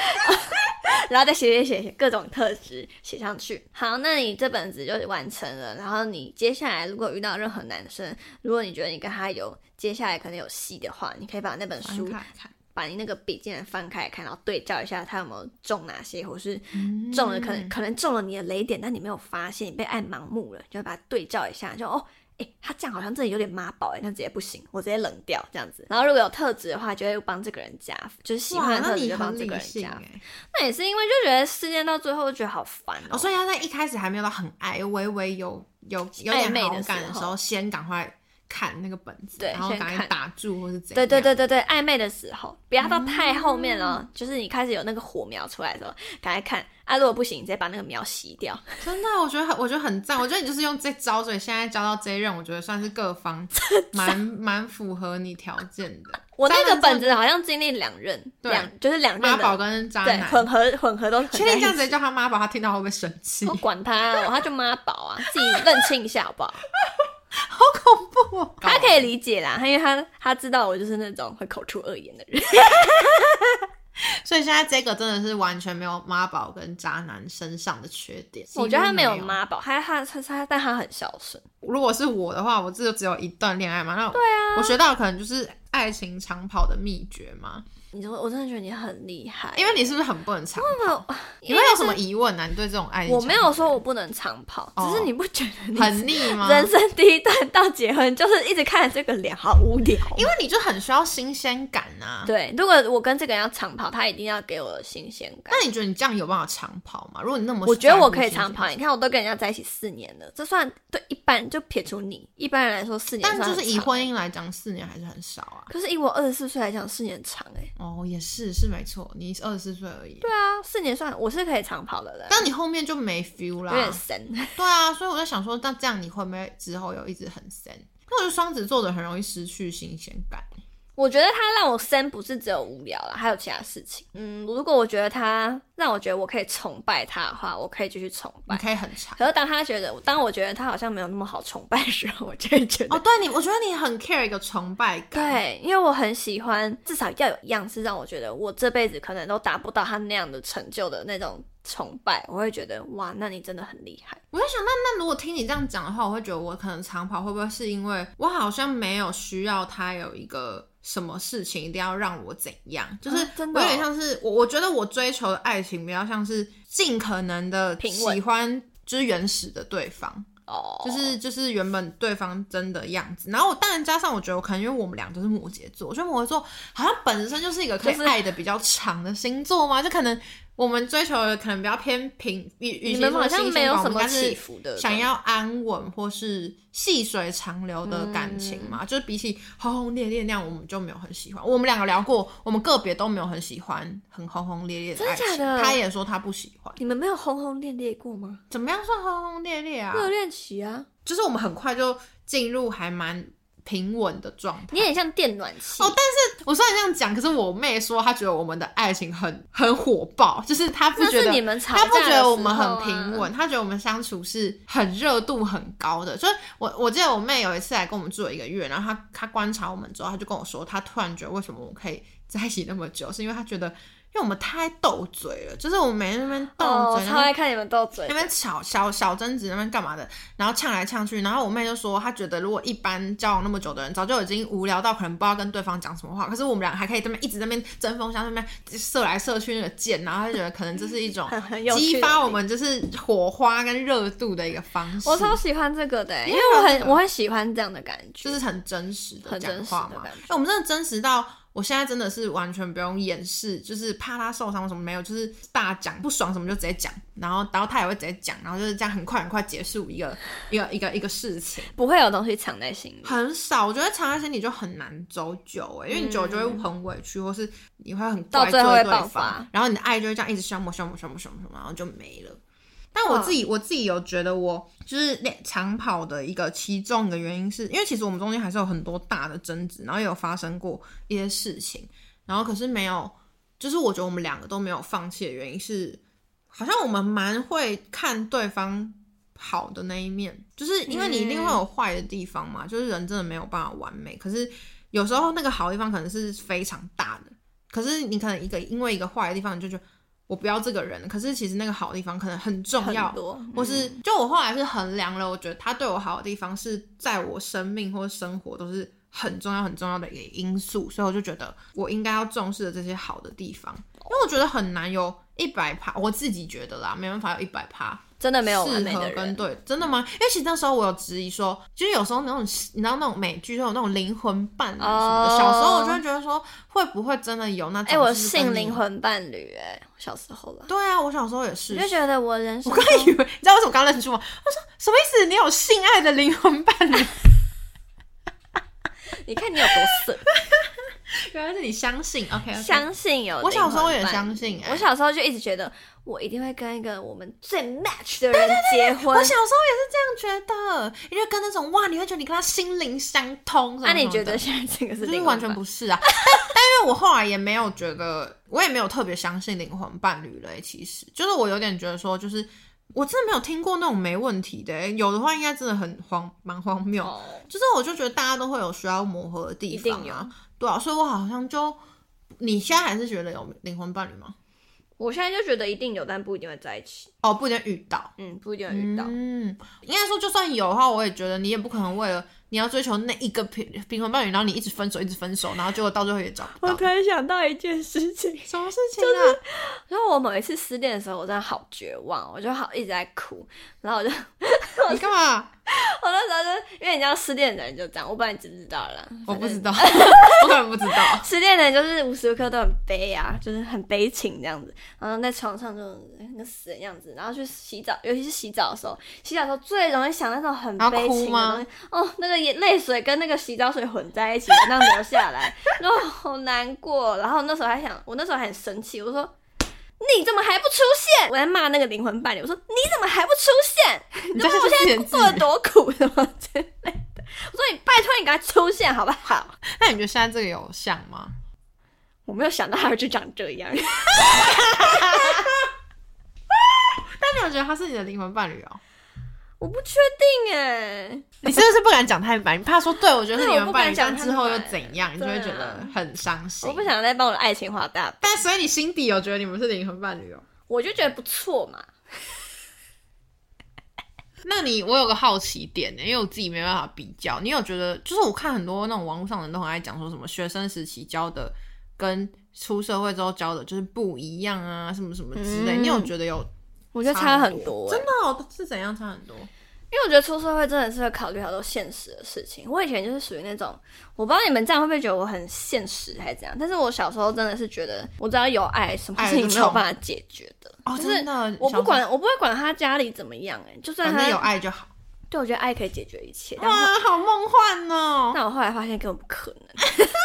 B: 然后再写写写写各种特质写上去。好，那你这本子就完成了。然后你接下来如果遇到任何男生，如果你觉得你跟他有接下来可能有戏的话，你可以把那本
A: 际。
B: 书
A: 翻开看，
B: 把你那个笔记本翻开来看，然后对照一下他有没有中哪些，或是
A: 嗯
B: 中了可能、可能中了你的雷点，但你没有发现，你被爱盲目了，你就把它对照一下，就哦。哎、他这样好像真的有点妈宝哎、那直接不行，我直接冷掉这样子。然后如果有特质的话，就会帮这个人加分，就是喜
A: 哇，
B: 欢
A: 那
B: 的特质
A: 你
B: 就帮
A: 很
B: 这个
A: 理
B: 人
A: 性
B: 加分。
A: 哎。
B: 那也是因为就觉得事件到最后就觉得好烦哦、
A: 哦，所以要在一开始还没有到很爱，微微有有有
B: 暧
A: 点
B: 昧的
A: 好感
B: 时
A: 的
B: 候
A: 时候，先赶快看那个本子，
B: 对
A: 然后
B: 先
A: 赶快
B: 看
A: 打住或是怎样。
B: 对对，对对对，暧昧的时候，不要到太后面了，
A: 嗯
B: 就是你开始有那个火苗出来的时候，赶快看。啊，如果不行，你直接把那个苗熄掉。
A: 真的，我觉得很，我觉得很赞。我觉得你就是用这招，所以现在交到这一任，我觉得算是各 方蛮蛮符合你条件的。
B: 我那
A: 渣
B: 个
A: 男
B: 本子好像经历两任，
A: 对
B: 两就是两
A: 妈
B: 任
A: 宝
B: 的
A: 跟渣
B: 对
A: 男，
B: 混合混合都很
A: 确定这样直接叫他妈宝，他听到会不会生气？
B: 我管他啊、我他就妈宝啊， 自己认清一下好 不好？
A: 不，
B: 他可以理解啦，因为他他知道我就是那种会口出恶言的人。
A: 所以现在这个真的是完全没有妈宝跟渣男身上的缺点。
B: 我觉得他没
A: 没
B: 有？妈宝，他他他他，但他很孝顺。
A: 如果是我的话，我这就只有一段恋爱嘛。那对啊，我学到的可能就是爱情长跑的秘诀嘛。
B: 你就我真的觉得你很厉害，
A: 因为你是不是很不能长跑？你
B: 因
A: 会
B: 为
A: 有什么疑问呢、啊？你对这种爱情
B: 我
A: 长
B: 没
A: 跑
B: 有说我不能长跑，
A: 哦
B: 只是你不觉得你
A: 很腻吗？
B: 人生第一段到结婚就是一直看着这个脸，好无聊。
A: 因为你就很需要新鲜感啊。
B: 对，如果我跟这个人要长跑，他一定要给我新鲜感
A: 那。你觉得你这样有办法长跑吗？如果你那么
B: 我觉得我可
A: 在
B: 以
A: 乎
B: 长
A: 新鲜
B: 跑，
A: 感，
B: 你看我都跟人家在一起四年了，这算对一般就撇除你，一般人来说四年
A: 但
B: 算很
A: 就
B: 长，欸
A: 是以婚姻来讲，四年还是很少啊。
B: 可是以我二十四岁来讲，四年长哎、欸。
A: 哦，也是是没错，你二十四岁而已，
B: 对啊，四年算我是可以长跑的人，
A: 但你后面就没 feel 啦
B: 有。点神。
A: 对啊，所以我在想说，那这样你会不会之后有一直很 sad？因为我觉得双子座的很容易失去新鲜感。
B: 我觉得他让我生不是只有无聊了，还有其他事情。嗯，如果我觉得他让我觉得我可以崇拜他的话，我可以继续崇
A: 你
B: 拜。
A: 可以很长。
B: 可是当他觉得，当我觉得他好像没有那么好崇拜的时候，我就会觉得，
A: 哦，对你，我觉得你很 care 一个崇拜感。
B: 对，因为我很喜欢，至少要有一样是让我觉得我这辈子可能都达不到他那样的成就的那种崇拜，我会觉得哇，那你真的很厉害。
A: 我在想，那那如果听你这样讲的话，我会觉得我可能长跑会不会是因为我好像没有需要他有一个什么事情一定要让我怎样，就是
B: 啊真的
A: 我
B: 哦
A: 有点像是我，我觉得我追求的爱情比较像是尽可能的
B: 平稳
A: 喜欢就是原始的对方，
B: 哦，
A: 就是就是原本对方真的样子。然后我当然加上我觉得我可能因为我们俩都是摩羯座，我觉得摩羯座好像本身就是一个可以
B: 就是
A: 爱的比较长的星座嘛，就可能。我们追求的可能比较偏平，与与
B: 你
A: 其
B: 们
A: 说
B: 好像
A: 新鲜
B: 没有
A: 感我们
B: 什么
A: 应该是
B: 起伏的，
A: 想要安稳或是细水长流的感情嘛，
B: 嗯
A: 就是比起轰轰烈烈那样，我们就没有很喜欢。我们两个聊过，我们个别都没有很喜欢很轰轰烈烈的爱情。
B: 真的假的
A: 他也说他不喜欢。
B: 你们没有轰轰烈烈过吗？
A: 怎么样算轰轰烈烈啊？
B: 热恋期啊，
A: 就是我们很快就进入还蛮平稳的状态
B: 你。很像电暖气
A: 哦，但是我虽然这样讲，可是我妹说她觉得我们的爱情很 很火爆，就是她不
B: 那
A: 觉
B: 是
A: 得
B: 你们吵架
A: 他
B: 的
A: 不觉得我们很
B: 时
A: 平
B: 候啊。
A: 稳，他觉得我们相处是很热度很高的。就是我我记得我妹有一次来跟我们住了一个月，然后她她观察我们之后，她就跟我说，她突然觉得为什么我们可以在一起那么久，是因为她觉得因为我们太斗嘴了，就是我们每天在那边斗
B: 哦，
A: 嘴，然
B: 超
A: 后
B: 爱看你们斗嘴
A: 那。边吵小小争执，那边干嘛的，然后呛来呛去，然后我妹就说，她觉得如果一般交往那么久的人，早就已经无聊到可能不知道跟对方讲什么话，可是我们俩还可以这边一直在那边针锋相对，那边射来射去那个箭，然后她就觉得可能这是一种
B: 很很有趣
A: 激
B: 的
A: 发我
B: 地
A: 们就是火花跟热度的一个方式，
B: 我超喜欢这个的欸、因
A: 为
B: 为我
A: 这
B: 很
A: 个
B: 我很喜欢这样的感觉，
A: 就是很真实的
B: 很
A: 讲
B: 真实
A: 话
B: 的
A: 嘛。
B: 感
A: 哎、我们真的真实到我现在真的是完全不用掩饰，就是怕他受伤什么没有，就是大讲不爽什么就直接讲，然后然后他也会直接讲，然后就是这样很快很快结束一个一个一个一个事情。
B: 不会有东西藏在心里。
A: 很少，我觉得藏在心里就很难走久哎、因为你久了就会很委屈，或是你会很怪
B: 嗯到最后会
A: 罪
B: 爆
A: 对
B: 发
A: 方，然后你的爱就会这样一直消磨消磨消磨消磨消磨，然后就没了。但我自己我自己有觉得我就是练长跑的一个其中一个原因是，因为其实我们中间还是有很多大的争执，然后也有发生过一些事情，然后可是没有，就是我觉得我们两个都没有放弃的原因是，好像我们蛮会看对方好的那一面，就是因为你一定会有坏的地方嘛，就是人真的没有办法完美，可是有时候那个好的地方可能是非常大的，可是你可能一个因为一个坏的地方你就觉得我不要这个人，可是其实那个好的地方可能很重
B: 很
A: 要，
B: 多，
A: 或是
B: 嗯
A: 就我后来是衡量了，我觉得他对我好的地方是在我生命或生活都是很重要很重要的一个因素，所以我就觉得我应该要重视的这些好的地方，因为我觉得很难有一百趴，我自己觉得啦，没办法有一百趴
B: 真的没有完
A: 适
B: 美
A: 合
B: 的
A: 跟
B: 人。
A: 对，真的吗？因为其实那时候我有质疑说，就是有时候那种你知道那种美剧都有那种灵魂伴侣什么的
B: 哦
A: 小时候我就会觉得说会不会真的有那种
B: 哎、我
A: 就是跟
B: 信
A: 你
B: 灵，魂伴侣、哎，我小时候了，
A: 对啊，我小时候也是
B: 我，就觉得我人生
A: 我刚以为，你知道为什么刚认出吗？他说什么意思？你有性爱的灵魂伴侣？
B: 中，你看你有多 色，
A: 原来是你相信，OK，,
B: 相信有。
A: 我小时候也相信哎
B: 我小时候就一直觉得我一定会跟一个我们最 match 的人结婚。
A: 我小时候也是这样觉得，因为跟那种哇，你会觉得你跟他心灵相通。
B: 那、啊你觉得
A: 是？
B: 现在这个是
A: 就是
B: 灵魂
A: 完全
B: 伴
A: 不是啊，但但因为我后来也没有觉得，我也没有特别相信灵魂伴侣了欸、其实就是我有点觉得说，就是我真的没有听过那种没问题的欸、有的话应该真的很荒，蛮荒谬。
B: 哦
A: 就是我就觉得大家都会有需要磨合的地
B: 一
A: 方
B: 定有
A: 啊，对啊，所以我好像就你现在还是觉得有灵魂伴侣吗？
B: 我现在就觉得一定有，但不一定会在一起。
A: 哦，不一定遇到。
B: 嗯，不一定会遇到。
A: 嗯，应该说就算有的话，我也觉得你也不可能为了你要追求那一个平平衡伴侣，然后你一直分手，一直分手，然后结果到最后也找不
B: 我
A: 到。
B: 突然想到一件事 情，
A: 什么事情啊？
B: 然后我某一次失恋的时候，我真的好绝望，我就好一直在哭，然后我就 我
A: 你干嘛？
B: 那时候就因为你知道失恋的人就这样，我本来知不知道啦，
A: 我
B: 反
A: 不
B: 正
A: 知道， 我可能不知道。
B: 失恋的人就是无时无刻都很悲啊，就是很悲情这样子，然后在床上就跟死人样子，然后去洗澡，尤其是洗澡的时候，洗澡的时候最容易想那种很
A: 然后
B: 悲
A: 哭
B: 情的
A: 吗
B: 东西，哦，那个眼泪水跟那个洗澡水混在一起，那样流下来，然后好难过。然后那时候还想，我那时候还很生气，我说。你怎么还不出现？我在骂那个灵魂伴侣，我说你怎么还不出 现？
A: 你在自言自
B: 做了
A: 语。
B: 多苦什么之类的。我说你拜托你赶快出现好不好？
A: 那你觉得现在这个有像吗？
B: 我没有想到他会就长这样。
A: 但你有觉得他是你的灵魂伴侣哦？
B: 我不确定哎，
A: 你是不是不敢讲太白？你怕说对我觉得是灵
B: 对我
A: 魂
B: 不
A: 伴
B: 敢
A: 侣，
B: 讲
A: 但
B: 太
A: 之后又
B: 白
A: 怎样？你就会
B: 对
A: 觉
B: 啊
A: 得很伤心。
B: 我不想再帮我的爱情画大饼，
A: 但所以你心底有觉得你们是灵魂伴侣哦？
B: 我就觉得不错嘛。
A: 那你我有个好奇点欸呢、因为我自己没办法比较。你有觉得，就是我看很多那种网络上的人都很爱讲说什么学生时期教的跟出社会之后教的就是不一样啊，什么什么之类。
B: 嗯
A: 你有觉得有
B: 我觉得差
A: 差
B: 很多、
A: 真
B: 欸，
A: 的、哦、是怎样差很多？
B: 因为我觉得出社会真的是会考虑好多现实的事情。我以前就是属于那种，我不知道你们这样会不会觉得我很现实还是怎样，但是我小时候真的是觉得，我只要有爱，嗯什么事情没有办法解决的，
A: 哦，
B: 就是
A: 真的，
B: 我不
A: 小时
B: 管，我不会管他家里怎么样、欸，哎，就
A: 候，
B: 算
A: 反正有
B: 他，
A: 爱就好。
B: 对我觉得爱可以解决一切。但
A: 哇，好梦幻哦！
B: 但我后来发现根本不可能。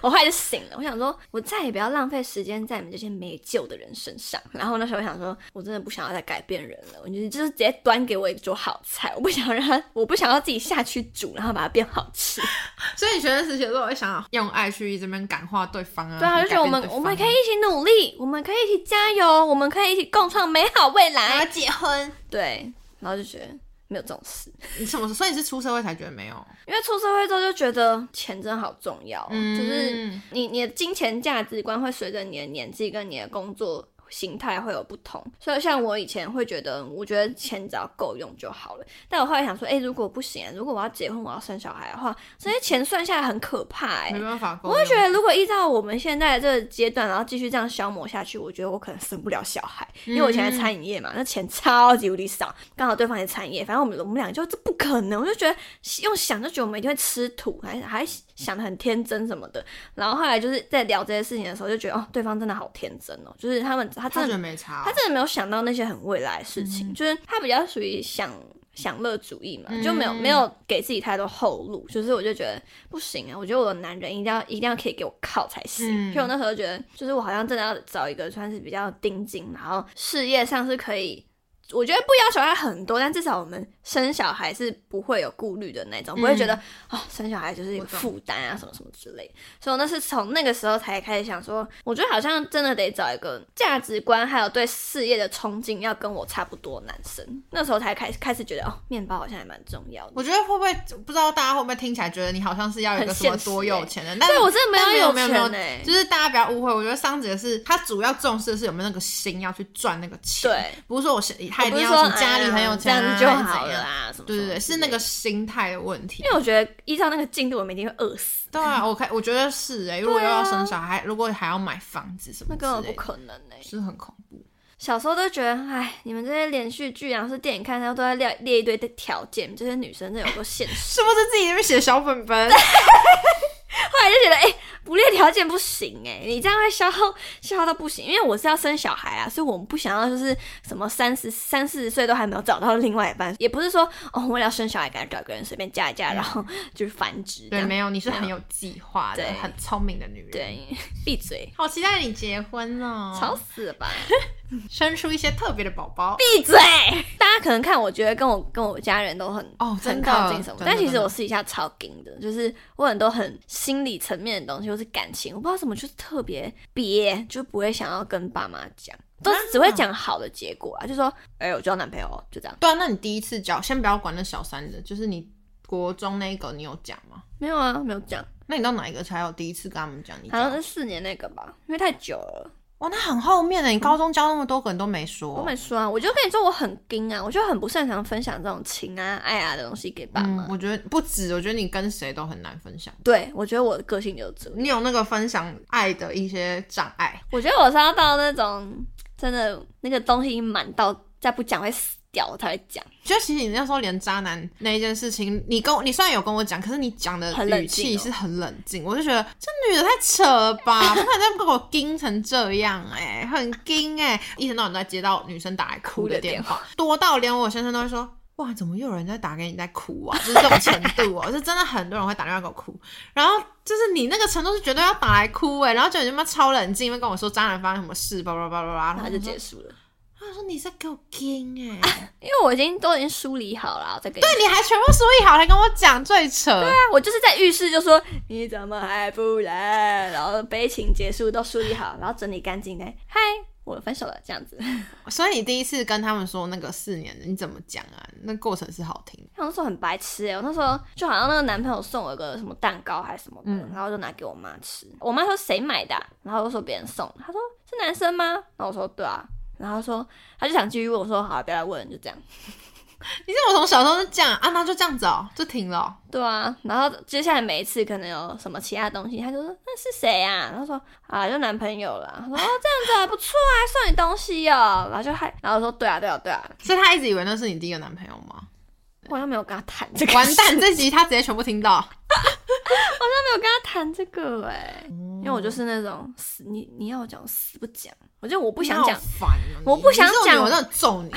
B: 我后来就醒了，我想说，我再也不要浪费时间在你们这些没救的人身上。然后那时候我想说，我真的不想要再改变人了，我觉得就是直接端给我一桌好菜，我不想让他，我不想要自己下去煮，然后把它变好吃。
A: 啊所以你学生时期的时候，我会想用爱去这边感化对方啊。
B: 对啊，
A: 改
B: 就觉得我
A: 变
B: 们
A: 对
B: 我们可
A: 方
B: 以
A: 啊
B: 一起努力，我们可以一起加油，我们可以一起共创美好未来。
A: 结婚。
B: 对，然后就觉得没有这种事，
A: 你什么时候？所以你是出社会才觉得没有？
B: 因为出社会之后就觉得钱真的好重要哦，就是。
A: 嗯
B: 你你的金钱价值观会随着你的年纪跟你的工作形态会有不同，所以像我以前会觉得，我觉得钱只要够用就好了。但我后来想说，哎、如果不行，如果我要结婚，我要生小孩的话，这些钱算下来很可怕哎、
A: 没办法沟
B: 我
A: 通。
B: 会觉得，如果依照我们现在的这个阶段，然后继续这样消磨下去，我觉得我可能生不了小孩，因为我以前在餐饮业嘛，那钱超级无敌少，刚好对方也是餐饮业，反正我们我们俩就这不可能，我就觉得用想就觉得我们一定会吃土，还还想的很天真什么的。然后后来就是在聊这些事情的时候，就觉得哦，对方真的好天真哦，就是他们他
A: 他
B: 真
A: 觉
B: 的
A: 得没差哦、
B: 他真的没有想到那些很未来的事情，就是他比较属于享享乐主义嘛，就没有没有给自己太多后路，就是我就觉得不行啊，我觉得我的男人一定要一定要可以给我靠才行。
A: 嗯
B: 所以我那时候觉得，就是我好像真的要找一个算是比较盯紧，然后事业上是可以。我觉得不要求他很多，但至少我们生小孩是不会有顾虑的那种，不会觉得啊、哦生小孩就是一个
A: 我懂
B: 负担啊什么什么之类的所以我那是从那个时候才开始想说，我觉得好像真的得找一个价值观还有对事业的憧憬要跟我差不多的男生。那时候才开开始觉得哦，面包好像还蛮重要的。
A: 我觉得会不会不知道大家会不会听起来觉得你好像是要有一个
B: 很
A: 什
B: 现
A: 么
B: 实
A: 多
B: 欸
A: 有钱人，但
B: 对
A: 是
B: 我真的没
A: 但没
B: 有
A: 有
B: 有
A: 没有
B: 钱
A: 没有
B: 欸
A: 就是大家不要误会，我觉得桑姐是她主要重视的是有没有那个心要去赚那个钱，，
B: 对，
A: 不是说我是她
B: 我
A: 一
B: 不
A: 定
B: 是
A: 要
B: 说
A: 什么家里很有钱、
B: 哎
A: 啊、
B: 呀这样
A: 还
B: 子就好
A: 是怎
B: 了
A: 样。
B: 啦，什么
A: 对对对，
B: 什么之
A: 是那
B: 类
A: 个
B: 的。
A: 心态的问题
B: 因。为我觉得依照那个进度，我们一定会饿死，
A: 对啊，我看我觉得是哎、如果又要生小孩，如果还要买房子什么
B: 啊
A: 之
B: 那根本
A: 类
B: 不
A: 的，
B: 可能呢、
A: 是很恐怖。
B: 小时候都觉得，哎，你们这些连续剧啊，然后是电影看，然后都在列列一堆的条件，这些女生真的有多现实。
A: 是不是自己那边写小本本？
B: 啊后来就觉得，哎、不列条件不行哎、你这样会消耗消耗到不行，因为我是要生小孩啊，所以我们不想要就是什么三十三四十岁都还没有找到另外一半，也不是说哦为了要生小孩赶快找个人随便嫁一嫁，然后就是繁殖这
A: 嗯对，
B: 样。
A: 没有，你是很有计划的
B: 对，
A: 很聪明的女人。，
B: 对，闭嘴，
A: 好期待你结婚哦，
B: 吵死了吧！
A: 生出一些特别的宝宝。
B: 闭嘴！大家可能看我觉得跟我跟我家人都很
A: 哦
B: 很
A: 真的
B: 靠近什
A: 真
B: 么，
A: 的
B: 但其实
A: 真的
B: 我私底下超硬的，就是我很多很心理层面的东西，或是感情，我不知道怎么就是特别憋，就不会想要跟爸妈讲，
A: 啊
B: 都是只会讲好的结果啊，就说哎、我交男朋友哦就这样，
A: 对啊，那你第一次交，先不要管那小三的，就是你国中那一个，你有讲吗？
B: 没有啊，没有讲，
A: 那你到哪一个才有第一次跟他们讲你
B: 好像
A: 讲？
B: 是四年那个吧，因为太久了，
A: 哇，那很后面呢，欸你高中教那么多个人都没说，
B: 我没说啊，我就跟你说我很硬啊，我就很不擅长分享这种情啊、爱啊的东西给爸妈。
A: 嗯，我觉得不止，我觉得你跟谁都很难分享。
B: 对，我觉得我的个性就是这样，
A: 你有那个分享爱的一些障碍，
B: 我觉得我是要到那种真的那个东西已经满到再不讲会死掉，我才会讲。
A: 就其实你那时候连渣男那一件事情，你跟我，你虽然有跟我讲，可是你讲的
B: 很冷
A: 语气
B: 静哦
A: 是很冷静，我就觉得这女的太扯了吧，不可能再给我盯成这样哎、很盯哎、一天到晚都在接到女生打来哭的电话， 多到连我先生都会说。哇，怎么又有人在打给你在哭啊？就是这种程度哦、是 真的很多人会打电话给我哭，然后就是你那个程度是绝对要打来哭哎、然后就你他妈超冷静，因为跟我说渣男发生什么事，叭叭叭叭叭，然
B: 然
A: 后
B: 后
A: 我
B: 就
A: 说
B: 结束了。
A: 他说你在给我惊哎、欸，
B: 啊因为我已经都已经梳理好了，再给你。对
A: 对，你还全部说一好，还跟我讲最扯。
B: 啊，我就是在浴室就说你怎么还不来，然后悲情结束都梳理好，然后整理干净的，嗨，我分手了这 样子。
A: 所以你第一次跟他们说那个四年的，你怎么讲啊？那过程是好听的。
B: 我那时候很白痴哎、我那时候就好像那个男朋友送我一个什么蛋糕还是什么的，
A: 嗯
B: 然后就拿给我妈吃。我妈说谁买的啊、然后我就说别人送的，她说是男生吗？然后我说对啊，然后她说她就想继续问我说好、啊，不要来问，就这样。
A: 你怎么从小时候就这样啊？那就这样子哦，就停了哦、
B: 对啊，然后接下来每一次可能有什么其他东西，她就说那是谁啊？然后说啊，就男朋友啦。她说哦，这样子还不错啊，还送你东西哦。然后就还，然后我说对啊，对啊，对啊，
A: 所以他一直以为那是你第一个男朋友 吗？
B: 我好像没有跟她谈这个，
A: 完蛋，
B: 没
A: 这集他直接全部听到。
B: 有跟她谈这个哎、
A: 嗯
B: 因为我就是那种死你你要我讲我死不讲，我就我不想讲
A: 你，好烦哦、你
B: 我不想
A: 你这种
B: 讲
A: 女我真的揍你。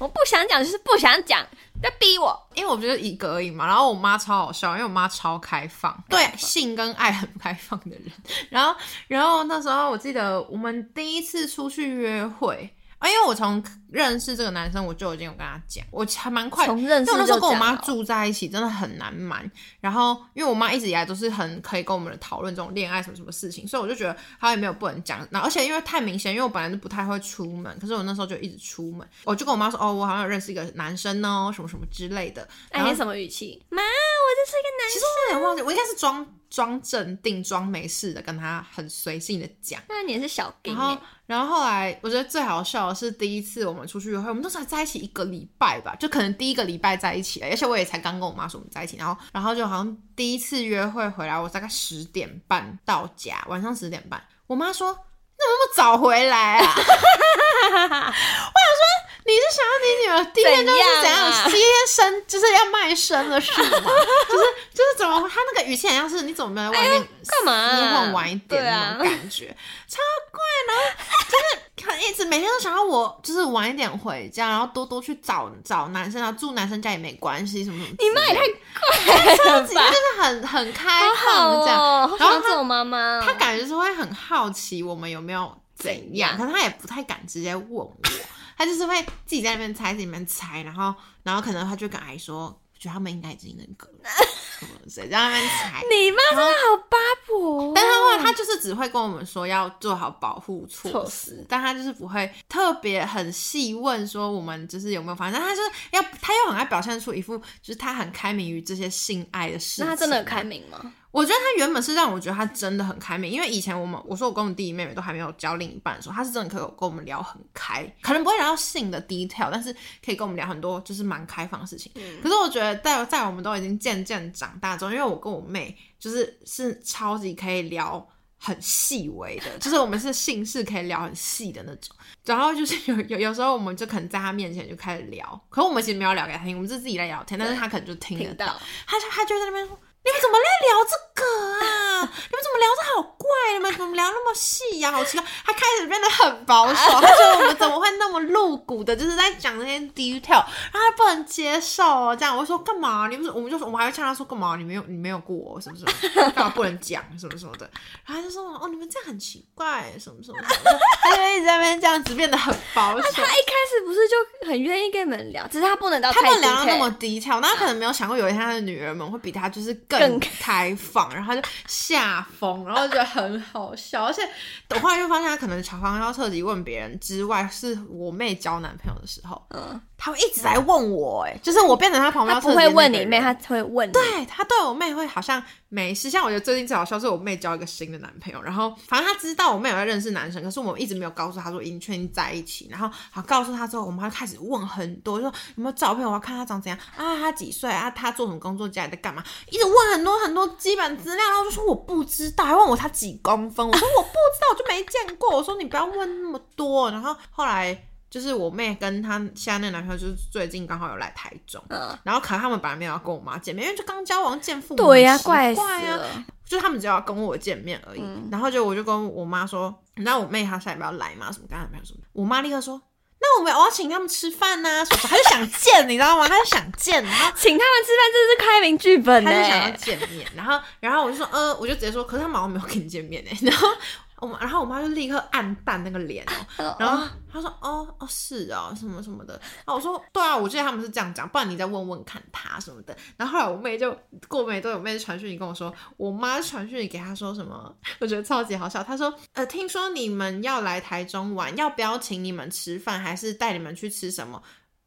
B: 我不想讲就是不想讲，不要逼我。
A: 因为我觉得一个而已嘛，然后我妈超好笑，因为我妈超开放，对性跟爱很开放的人。然后，然后那时候我记得我们第一次出去约会，啊，因为我从认识这个男生我就已经有跟他讲，我还蛮快，
B: 从认
A: 因
B: 识
A: 为我那时候
B: 就
A: 跟我
B: 讲
A: 妈
B: 了
A: 住在一起真的很难瞒。然后，因为我妈一直以来都是很可以跟我们讨论这种恋爱什么什么事情，所以我就觉得她也没有不能讲。那而且因为太明显，因为我本来就不太会出门，可是我那时候就一直出门，我就跟我妈说，哦，我好像有认识一个男生哦，什么什么之类的。
B: 哎，
A: 然后
B: 你什么语气？妈，我就是一个
A: 其实我有点忘记，我应该是装装镇定、装没事的，跟他很随性的讲。
B: 男，那你也是小
A: 然
B: 兵
A: 后
B: 哎。，
A: 然后后来我觉得最好笑的是第一次我们出去约会，我们那时候还在一起一个礼拜吧，就可能第一个礼拜在一起啊了，而且我也才刚跟我妈说我们在一起，然后然后就好像第一次约会回来，我大概十点半到家，晚上十点半，我妈说。你怎么那么早回来啊？我 想说，你是想要你女儿第一天就是怎
B: 怎样
A: 样
B: 啊
A: 第一天生就是要卖身了是吗？就是就是怎么，她那个语气好像是你怎么没有在外面
B: 干嘛啊
A: 你很晚一点
B: 对
A: 那
B: 啊
A: 种感觉，超贵，然后就是一直每天都想要我就是晚一点回家，然后多多去找找男生啊，然后住男生家也没关系，什么什么之类的。
B: 你妈也太
A: 超级
B: 吧
A: 就是很很开
B: 好
A: 放的这样，
B: 哦，好
A: 然后
B: 想做我妈妈哦。
A: 他感觉是会很好奇我们有没有怎样，可是他也不太敢直接问我，他就是会自己在那边猜，自己在那边猜，然后然后可能他就跟阿姨说，我觉得他们应该已经那个了，什么谁在那边 猜。
B: 你妈真的好八婆哦，
A: 但他会，他就是只会跟我们说要做好保护措施，
B: 措施
A: 但他就是不会特别很细问说我们就是有没有发生。但他就是要，他又很爱表现出一副就是他很开明于这些性爱的事情。
B: 那她真的很开明吗？
A: 我觉得他原本是让我觉得他真的很开明，因为以前我们我说我跟我弟弟妹妹都还没有交另一半的时候，他是真的可以跟我们聊很开，可能不会聊到性的 detail，但是可以跟我们聊很多就是蛮开放的事情。
B: 嗯
A: 可是我觉得在在我们都已经渐渐长大之后，因为我跟我妹就是是超级可以聊。很细微的，就是我们是性事可以聊很细的那种，然后就是有有有时候我们就可能在他面前就开始聊，可我们其实没有聊给他听，我们是自己在聊天，但是他可能就听得
B: 听到
A: 他就他就在那边说：“你们怎么在聊这个啊？你们怎么聊这好怪？你们怎么聊那么细呀、好奇怪！”他开始变得很保守，他觉得我们怎么会那么露骨的，就是在讲那些 detail，然后他不能接受哦。这样我就说干嘛？你不是我们就说我们还会呛他说干嘛？你没有你没有过哦我什么什么，干嘛不能讲什么什么的。然后他就说：“哦，你们这样很奇怪，什么什么什么。”他就一直在那边这样子变得很保守
B: 她。一开始不是就很愿意跟你们聊，只是她不能到
A: 他
B: 太
A: 们聊到
B: detail
A: 那么低调，那他可能没有想过有一天他的女儿们会比他就是更
B: 更
A: 开放，然后他就吓疯，然后觉得很好笑。而且我后来就发现，他可能乔芳要彻底问别人之外，是我妹交男朋友的时候，
B: 嗯，
A: 他会一直来问我、哎，就是我变成他旁边
B: 他
A: 要
B: 不
A: 特
B: 会
A: 别那
B: 问
A: 个
B: 你妹，
A: 人
B: 他会问你。
A: 对他对我妹会好像没事，像我觉得最近最好笑是我妹交一个新的男朋友，然后反正她知道我妹有在认识男生，可是我们一直没有告诉她说已经确定在一起，然后好告诉她之后，我妈开始问很多，就说有没有照片，我要看她长怎样啊，她几岁啊，她做什么工作，家里在干嘛，一直问很多很多基本资料，然后就说我不知道，还问我她几公分，我说我不知道，我就没见过，我说你不要问那么多，然后后来。就是我妹跟她现在那个男朋友，就是最近刚好有来台中，
B: 嗯，
A: 然后可能他们本来没有要跟我妈见面，因为就刚交往见父母，
B: 对呀、
A: 很奇啊怪
B: 怪啊
A: 呀、
B: 死了。
A: 就他们只要跟我见面而已。
B: 嗯
A: 然后就我就跟我妈说，你知道我妹她下礼拜要来吗？什么跟她男朋友什么？我妈立刻说，那我们我要请他们吃饭呐、啊，什么什么，她就想见，你知道吗？她就想见，然后
B: 请他们吃饭，这是开明剧本呢、欸
A: 他就想要见面，然后然后我就说，呃，我就直接说，可是他马上没有跟你见面呢。欸 然后我妈，然后我妈就立刻暗淡那个脸哦，然后她说，哦哦是哦，什么什么的。然后我说，对啊，我记得他们是这样讲，不然你再问问看他什么的。然后后来我妹就过没多久，我妹就传讯息跟我说，我妈传讯息给她说什么，我觉得超级好笑。她说，呃，听说你们要来台中玩，要不要请你们吃饭，还是带你们去吃什么？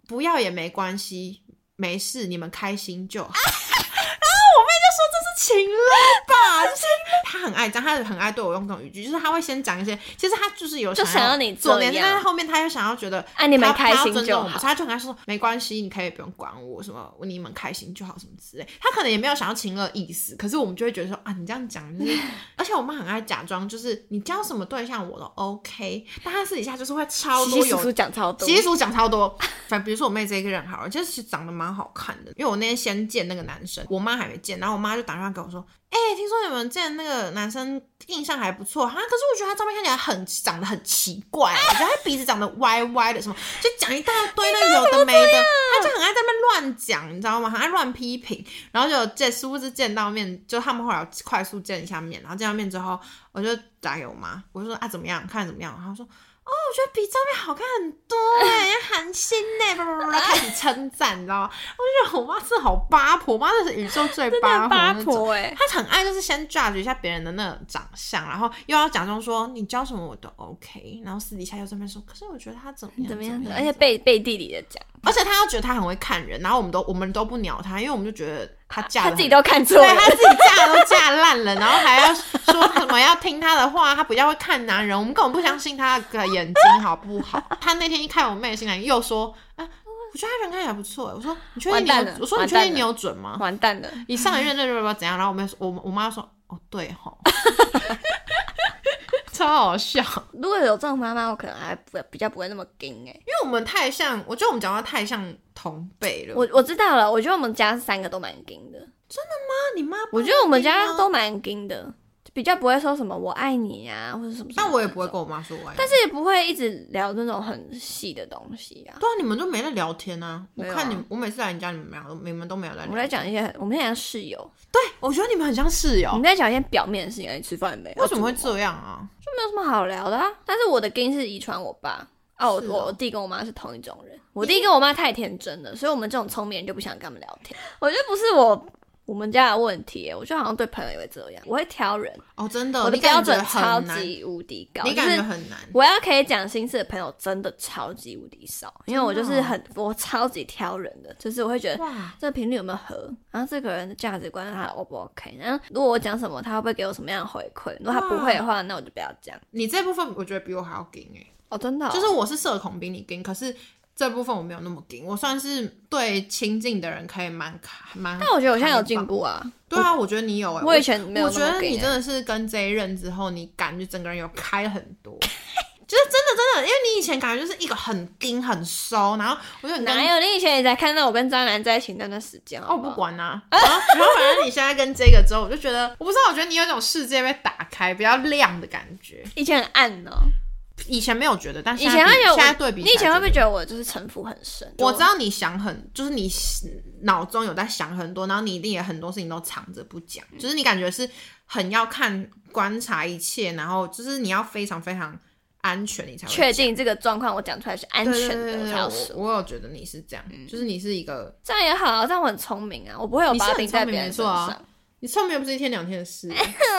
A: 不要也没关系，没事，你们开心就好。这是情了吧？ 就是他很爱这样，他很爱对我用这种语句，就是他会先讲一些，其实他就是有
B: 就想
A: 要
B: 要你
A: 做
B: 这
A: 那些
B: 样
A: 但是后面他又想要觉得
B: 啊你们
A: 他
B: 开心
A: 他要尊重我们
B: 就好
A: 所以他就很爱说没关系，你可以不用管我，什么你们开心就好，什么之类。他可能也没有想要情乐意思，可是我们就会觉得说啊，你这样讲 就是，而且我妈很爱假装，就是你交什么对象我都 OK，但她私底下就是会超
B: 稀
A: 多
B: 稀
A: 有
B: 疏疏讲超多，
A: 习俗讲超多，反比如说我妹这一个人好了，就是长得蛮好看的。因为我那天先见那个男生，我妈还没见，然后我妈就打电话给我说：“哎、听说你们见那个男生印象还不错哈，啊可是我觉得他照片看起来很长得很奇怪，啊 我觉得他鼻子长得歪歪的，什么就讲一大堆那有的没的，他就很爱在那边乱讲，你知道吗？很爱乱批评。然后就见，殊不知见到面，就他们后来快速见一下面，然后见到面之后，我就打给我妈，我就说啊怎么样，看怎么样，然后她说。哦，我觉得比照片好看很多哎，要韩星呢，叭叭叭叭开始称赞，你知道吗？我就觉得我妈是好八婆，我妈那是宇宙最八婆
B: 但八
A: 那种
B: 婆哎、
A: 他很爱就是先 judge 一下别人的那种长相，然后又要假装说你教什么我都 OK，然后私底下又这边说，可是我觉得他怎么样
B: 怎么样
A: 样
B: 的？
A: 怎
B: 而且背背地里的讲，
A: 而且他又觉得他很会看人，然后我们都我们都不鸟他，因为我们就觉得他嫁
B: 他
A: 得
B: 自己
A: 很
B: 都看错
A: 对
B: 了
A: 他。自己嫁都嫁烂了，然后还要说什么要听他的话，他比较会看男人，我们根本不相信他的眼睛好不好？他那天一看我妹的新娘，又说，啊，我觉得他人看起来不错，欸我说你确定
B: 完
A: 你有
B: 蛋了
A: 我说你
B: 完
A: 确
B: 蛋
A: 定你
B: 了
A: 有准吗？
B: 完蛋了，
A: 你上一任那就怎样？然后我妹说，我我妈说，哦 对吼，超好笑，因
B: 如果有这种妈妈，我可能还不比较不会那么硬哎、
A: 为我们太像，我觉得我们讲话太像同辈了。
B: 我我知道了，我觉得我们家三个都蛮硬的，
A: 那你妈，
B: 我觉得我们家都蛮硬的，比较不会说什么我爱你啊或者什么什么
A: 但我也不会
B: 这
A: 跟
B: 种
A: 我妈说我爱你
B: 但是也不会一直聊那种很细的东西啊。
A: 对啊，你们都没在聊天啊！我
B: 没有啊
A: 看你，我每次来你家，你们俩都你们都没有在
B: 我
A: 聊。
B: 们在讲一些很，我们在讲室友，
A: 对，我觉得你们很像室
B: 我
A: 友
B: 们，在讲一些表面的事情，哎，吃饭没？
A: 哦为什么会
B: 要做
A: 这样啊？
B: 就没有什么好聊的啊。但是我的根是遗传我爸。哦，我
A: 是哦
B: 我弟跟我妈是同一种人，我弟跟我妈太天真了，所以我们这种聪明人就不想跟他们聊天。我觉得不是我我们家的问题，我就好像对朋友也会这样，我会挑人，
A: 哦，真的，
B: 我的
A: 你感
B: 标
A: 觉
B: 准
A: 很
B: 超
A: 难，
B: 级无敌高，
A: 你
B: 就
A: 感觉
B: 是
A: 很难。
B: 我要可以讲心事的朋友真的超级无敌少，
A: 哦
B: 因为我就是很我超级挑人的，就是我会觉得
A: 哇，
B: 这个频率有没有合？然后这个人的价值观他 O 不 OK？然后如果我讲什么，他会不会给我什么样的回馈？如果他不会的话，那我就不要讲。
A: 你这部分我觉得比我还要紧哎、
B: 哦，真的、
A: 就是我是社恐比你紧，可是这部分我没有那么紧，我算是对亲近的人可以蛮蛮。
B: 但我觉得我现在有进步啊，
A: 对啊，我觉得你有哎、
B: 我以前没有
A: 我
B: 那
A: 觉
B: 么
A: 得你
B: gay 欸
A: 真的是跟这一任之后，你感觉整个人有开很多，就是真的真的，因为你以前感觉就是一个很硬很收，然后我就很跟
B: 哪有？你以前也才看到我跟渣男在一起那段时间
A: 哦，
B: 好
A: 我
B: 不
A: 不
B: 好？
A: 管 啦、然后，然后反正你现在跟这个之后，我就觉得，我不知道，我觉得你有一种世界被打开，比较亮的感觉。
B: 以前很暗哦，
A: 以前没有觉得，但
B: 以
A: 现在比
B: 前会觉得我
A: 现在对比
B: 你
A: 起来，
B: 以前会不会觉得我就是城府很深？
A: 我知道你想很，就是你脑中有在想很多，然后你一定也很多事情都藏着不讲，
B: 嗯
A: 就是你感觉是很要看观察一切，然后就是你要非常非常安全，你才会
B: 确定这个状况，我讲出来是安
A: 对
B: 全
A: 对
B: 的，
A: 对
B: 嗯我
A: 对
B: 才要
A: 对
B: 说。
A: 我我有觉得你是这样，就是你是一个
B: 这样也好啊，这样我很聪明啊，我不会有
A: 你是
B: 把
A: 很
B: 柄在
A: 聪明
B: 别人
A: 没
B: 身
A: 错啊
B: 上。
A: 你你臭美又不是一天两天的 事，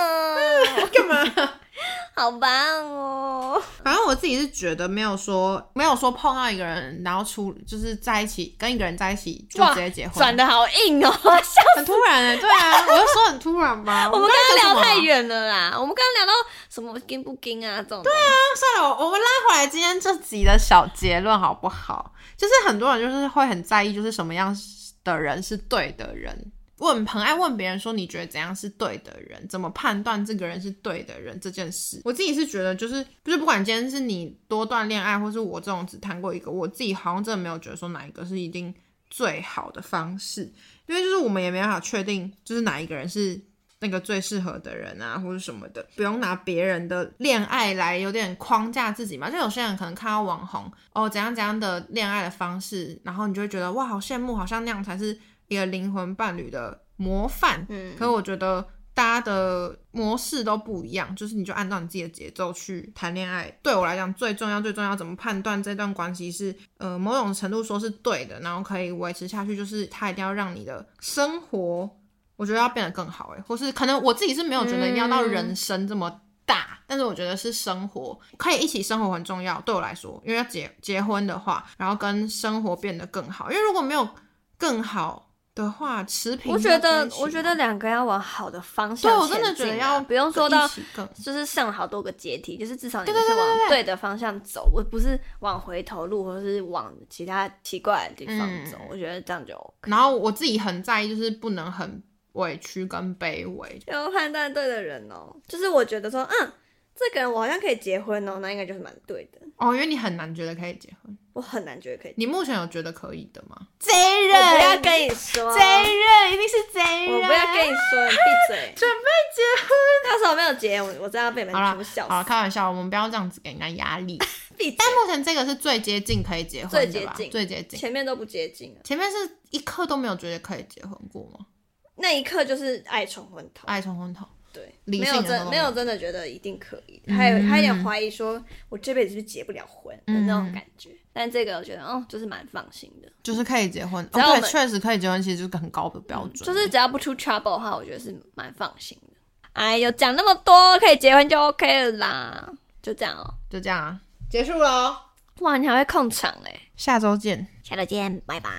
B: 嗯
A: 干嘛？
B: 好棒哦！
A: 反正我自己是觉得没有说没有说碰到一个人，然后出就是在一起跟一个人在一起就
B: 哇
A: 直接结婚，
B: 转的好硬 哦，笑
A: 很突然哎、对啊，我就说很突然吧。
B: 我们
A: 刚
B: 刚
A: 才讲什
B: 刚聊
A: 么啊
B: 太远了啦，我们刚刚聊到什么跟不跟啊这种。对啊，
A: 算了，我我们拉回来今天这集的小结论好不好？就是很多人就是会很在意，就是什么样的人是对的人，问很爱问别人说你觉得怎样是对的人，怎么判断这个人是对的人这件事。我自己是觉得，就是就是不管今天是你多段恋爱，或是我这种只谈过一个，我自己好像真的没有觉得说哪一个是一定最好的方式，因为就是我们也没办法确定，就是哪一个人是那个最适合的人啊，或者什么的，不用拿别人的恋爱来有点框架自己嘛。就有些人可能看到网红哦怎样怎样的恋爱的方式，然后你就会觉得哇好羡慕，好像那样才是一个灵魂伴侣的模范。
B: 嗯
A: 可是我觉得大家的模式都不一样，就是你就按照你自己的节奏去谈恋爱。对我来讲，最重要最重要怎么判断这段关系是呃某种程度说是对的，然后可以维持下去，就是它一定要让你的生活，我觉得要变得更好诶，或是可能我自己是没有觉得一定要到
B: 嗯
A: 人生这么。大，但是我觉得是生活可以一起生活很重要，对我来说，因为要结结婚的话，然后跟生活变得更好，因为如果没有更好的话，持平
B: 我
A: 就
B: 觉得
A: 在一，起
B: 我觉
A: 嘛
B: 得两个要往好的方向前进
A: 对
B: 啊。
A: 我真的觉得要
B: 不用说到
A: 哦一起更
B: 就是上了好多个阶梯，就是至少你们是往对的方向走，我不是往回头路，或者是往其他奇怪的地方走。
A: 嗯
B: 我觉得这样就 OK。
A: 然后我自己很在意，就是不能很委屈跟卑微。
B: 要判断对的人哦，就是我觉得说，嗯，这个人我好像可以结婚哦，那应该就是蛮对的。
A: 哦，因为你很难觉得可以结婚。
B: 我很难觉得可以，
A: 你目前有觉得可以的吗？
B: 我
A: 贼
B: 不要跟你说，我
A: 人，一定是贼
B: 不要跟你说，你闭 嘴。
A: 准
B: 备结婚，到时候没有结，我我真的要被你们
A: 好啦
B: 全部笑
A: 好，
B: 死。
A: 开玩笑，我们不要这样子给人家压 力。
B: 闭嘴
A: 但，目前这个是最接近可以结婚的吧？
B: 最接近
A: 最接近。
B: 前面都不接近啊，
A: 前面是一刻都没有觉得可以结婚过吗？
B: 那一刻就是爱冲昏头。
A: 爱冲昏头，
B: 对，
A: 哎理
B: 没
A: 性
B: 有
A: 的那
B: 真
A: 种嗯
B: 没有真的觉得一定可以，还有还有点怀疑说，我这辈子是不是结不了婚的那种
A: 嗯
B: 感觉。但这个我觉得，哦，就是蛮放心的，
A: 就是可以结婚。哦，
B: 只要我们嗯
A: 对，确实可以结婚，其实就是个很高的标准。
B: 就是只要不出 trouble 的话，我觉得是蛮放心的。哎呦，讲那么多，可以结婚就 OK 了啦，就这样哦。
A: 就这样啊，结束喽，
B: 哇，你还会控场哎、
A: 下周见。
B: 下周见，拜拜。